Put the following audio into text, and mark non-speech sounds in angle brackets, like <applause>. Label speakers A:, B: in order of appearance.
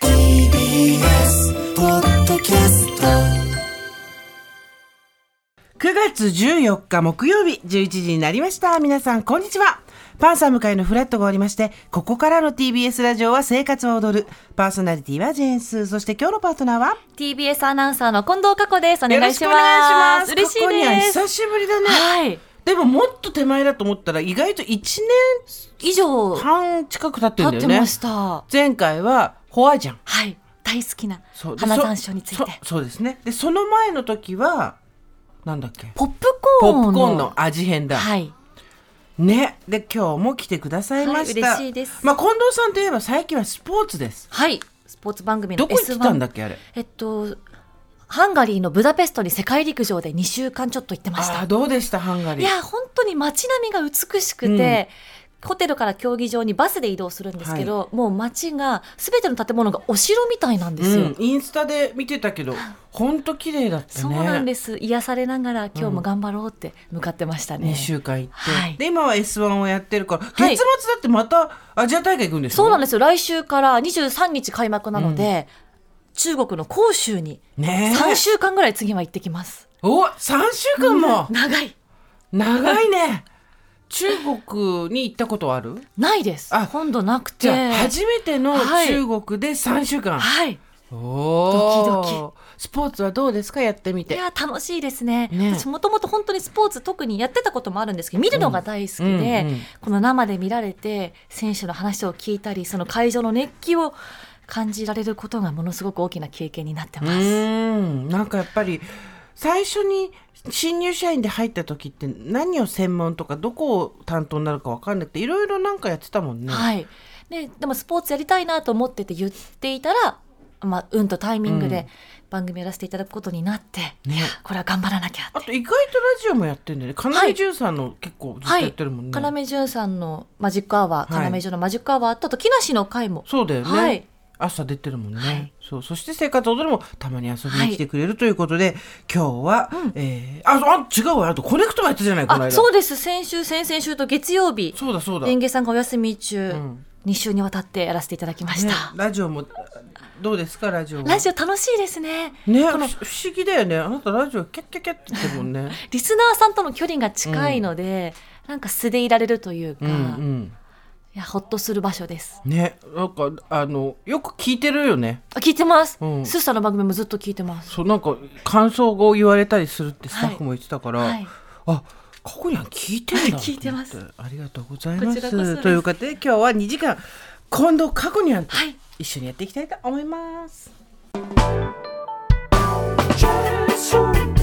A: TBS ポッドキャスト
B: 9月14日木曜日11時になりました。皆さん、こんにちは。パンサー向かいのフラットがおりまして、ここからの TBS ラジオは生活は踊る。パーソナリティはジェーンスー。そして今日のパートナーは
C: TBS アナウンサーの近藤佳子です。お願いします。
B: よろくお願いします。
C: 嬉しいです。
B: ここには久しぶりだね。
C: はい。
B: でももっと手前だと思ったら意外と1年
C: 以上、
B: 半近く経ってるんだ
C: 経っ
B: よ
C: て
B: ね。
C: ました。は
B: 前回はホアジャン。
C: い。大好きな
B: そうで
C: 花
B: そ
C: 山椒につい
B: そ
C: て。
B: そうですね。で、その前の時は、なんだっけ。
C: ポップ
B: ポ
C: コーンの。
B: ップコーンの味変だ。
C: はい。
B: ね、で今日も来てくださいました。
C: はい嬉しいです
B: まあ近藤さんといえば最近はスポーツです。
C: はい。スポーツ番組
B: ど
C: の S1。
B: こ行ってたんだっけあれ。
C: えっと、ハンガリーのブダペストに世界陸上で2週間ちょっと行ってまし
B: あ
C: た
B: あ。どうでしたハンガ
C: い
B: リー。
C: や、本当に街並みが美しくて、ホテルから競技場にバスで移動するんですけど、もう街が、すべての建物がお城みたいなんで
B: う
C: すよ。
B: ん、インスタで見てたけど、本当綺麗だったね。。
C: そうなんですす癒されながら今日も頑張ろうって向かってましたね、
B: 2週間行って、
C: はい
B: で今は S1 をやってるから、
C: はい
B: 月末だってまたアジア大会行くんですよ、
C: そうなん
B: で
C: ですよ来週から23日開幕なので、中国の広州に
B: ねえ
C: 3週間ぐらい次は行ってきます、
B: お三週間も、
C: 長い
B: 長いね中国に行ったことはあ
C: <laughs>
B: る
C: ないです
B: あ
C: 今度なくて
B: じゃあ初めての
C: はい
B: 中国で三週間、
C: はい
B: おー
C: ドキド
B: スポーツはどうですかやってみ
C: い
B: て
C: や楽しいですね
B: ね
C: 私もともと本当にスポーツ特にやってたこともあるんですけど見るのが大好きで、
B: うんうんうん
C: この生で見られて選手の話を聞いたりその会場の熱気を感じられることがものすごく大きな経験になって
B: う
C: ます。
B: ーんなんかやっぱり最初に新入社員で入った時って何を専門とかどこを担当になるか分かんなくていろいろなんかやってたもんね、
C: はい、ででもスポーツやりたいなと思ってて言っていたら、まあ、運とタイミングで番組やらせていただくことになって、
B: ね
C: いやこれは頑張らなきゃ
B: あ
C: って。
B: と意外とラジオもやってるんだよね金井潤さんの結構ずっと
C: は
B: やっ
C: い、
B: てるもんね、
C: 要潤さんのマジックアワー、
B: はい
C: 要潤のマジックアワーと、あと木梨の会も、
B: そうだよね、
C: はい
B: 朝出てるもんね、
C: はい
B: そうそして生活踊るもたまに遊び
C: は
B: に
C: い
B: 来てくれるということで、今日は、えーああ違うわあとコネクトもやったじゃないこの間
C: あそうです、先週、先々週と月曜日、
B: そうだそうだ
C: 園芸さんがお休み中、
B: ん
C: 2週にわたってやらせていただきまし
B: ね
C: た。
B: ラジオもどうですかラジオは
C: ラジオ楽しいですね。
B: ね
C: この
B: 不不思議だよねあなたラジオキャッキャッキャッって言ってるもんね
C: リスナーさんとの距離が近いので、なんか素でいられるというか、
B: うん
C: い
B: うん
C: やほっとする場所です。
B: <laughs> ねなんかあのよく聞いてるよね
C: あ聞いてます、
B: うん
C: スーさんの番組もずっと聞いてます
B: そうなんか感想を言われたりするってスタッフも言ってたから、
C: はい
B: あ過去には聞いてんだ
C: 聞いてます
B: と思ってありがとうございます
C: こちらこそです
B: ということで今日は2時間今度過去にゃんと
C: はい
B: 一緒にやっていきたいと思います、
A: ジェネレーション